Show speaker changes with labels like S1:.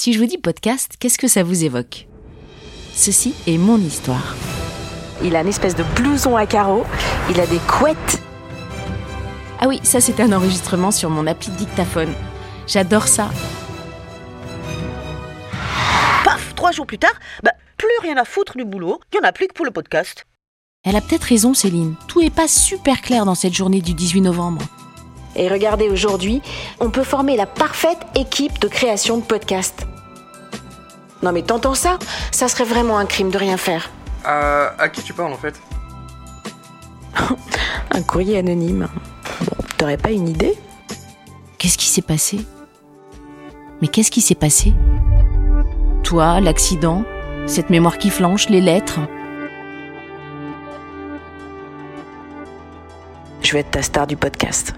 S1: Si je vous dis podcast, qu'est-ce que ça vous évoque Ceci est mon histoire.
S2: Il a une espèce de blouson à carreaux, il a des couettes.
S1: Ah oui, ça c'est un enregistrement sur mon appli dictaphone. J'adore ça.
S3: Paf, trois jours plus tard, bah, plus rien à foutre du boulot, il n'y en a plus que pour le podcast.
S1: Elle a peut-être raison Céline, tout n'est pas super clair dans cette journée du 18 novembre.
S2: Et regardez aujourd'hui, on peut former la parfaite équipe de création de podcasts. Non mais t'entends ça Ça serait vraiment un crime de rien faire.
S4: Euh, à qui tu parles en fait
S2: Un courrier anonyme. Bon, t'aurais pas une idée
S1: Qu'est-ce qui s'est passé Mais qu'est-ce qui s'est passé Toi, l'accident, cette mémoire qui flanche, les lettres.
S2: Je vais être ta star du podcast.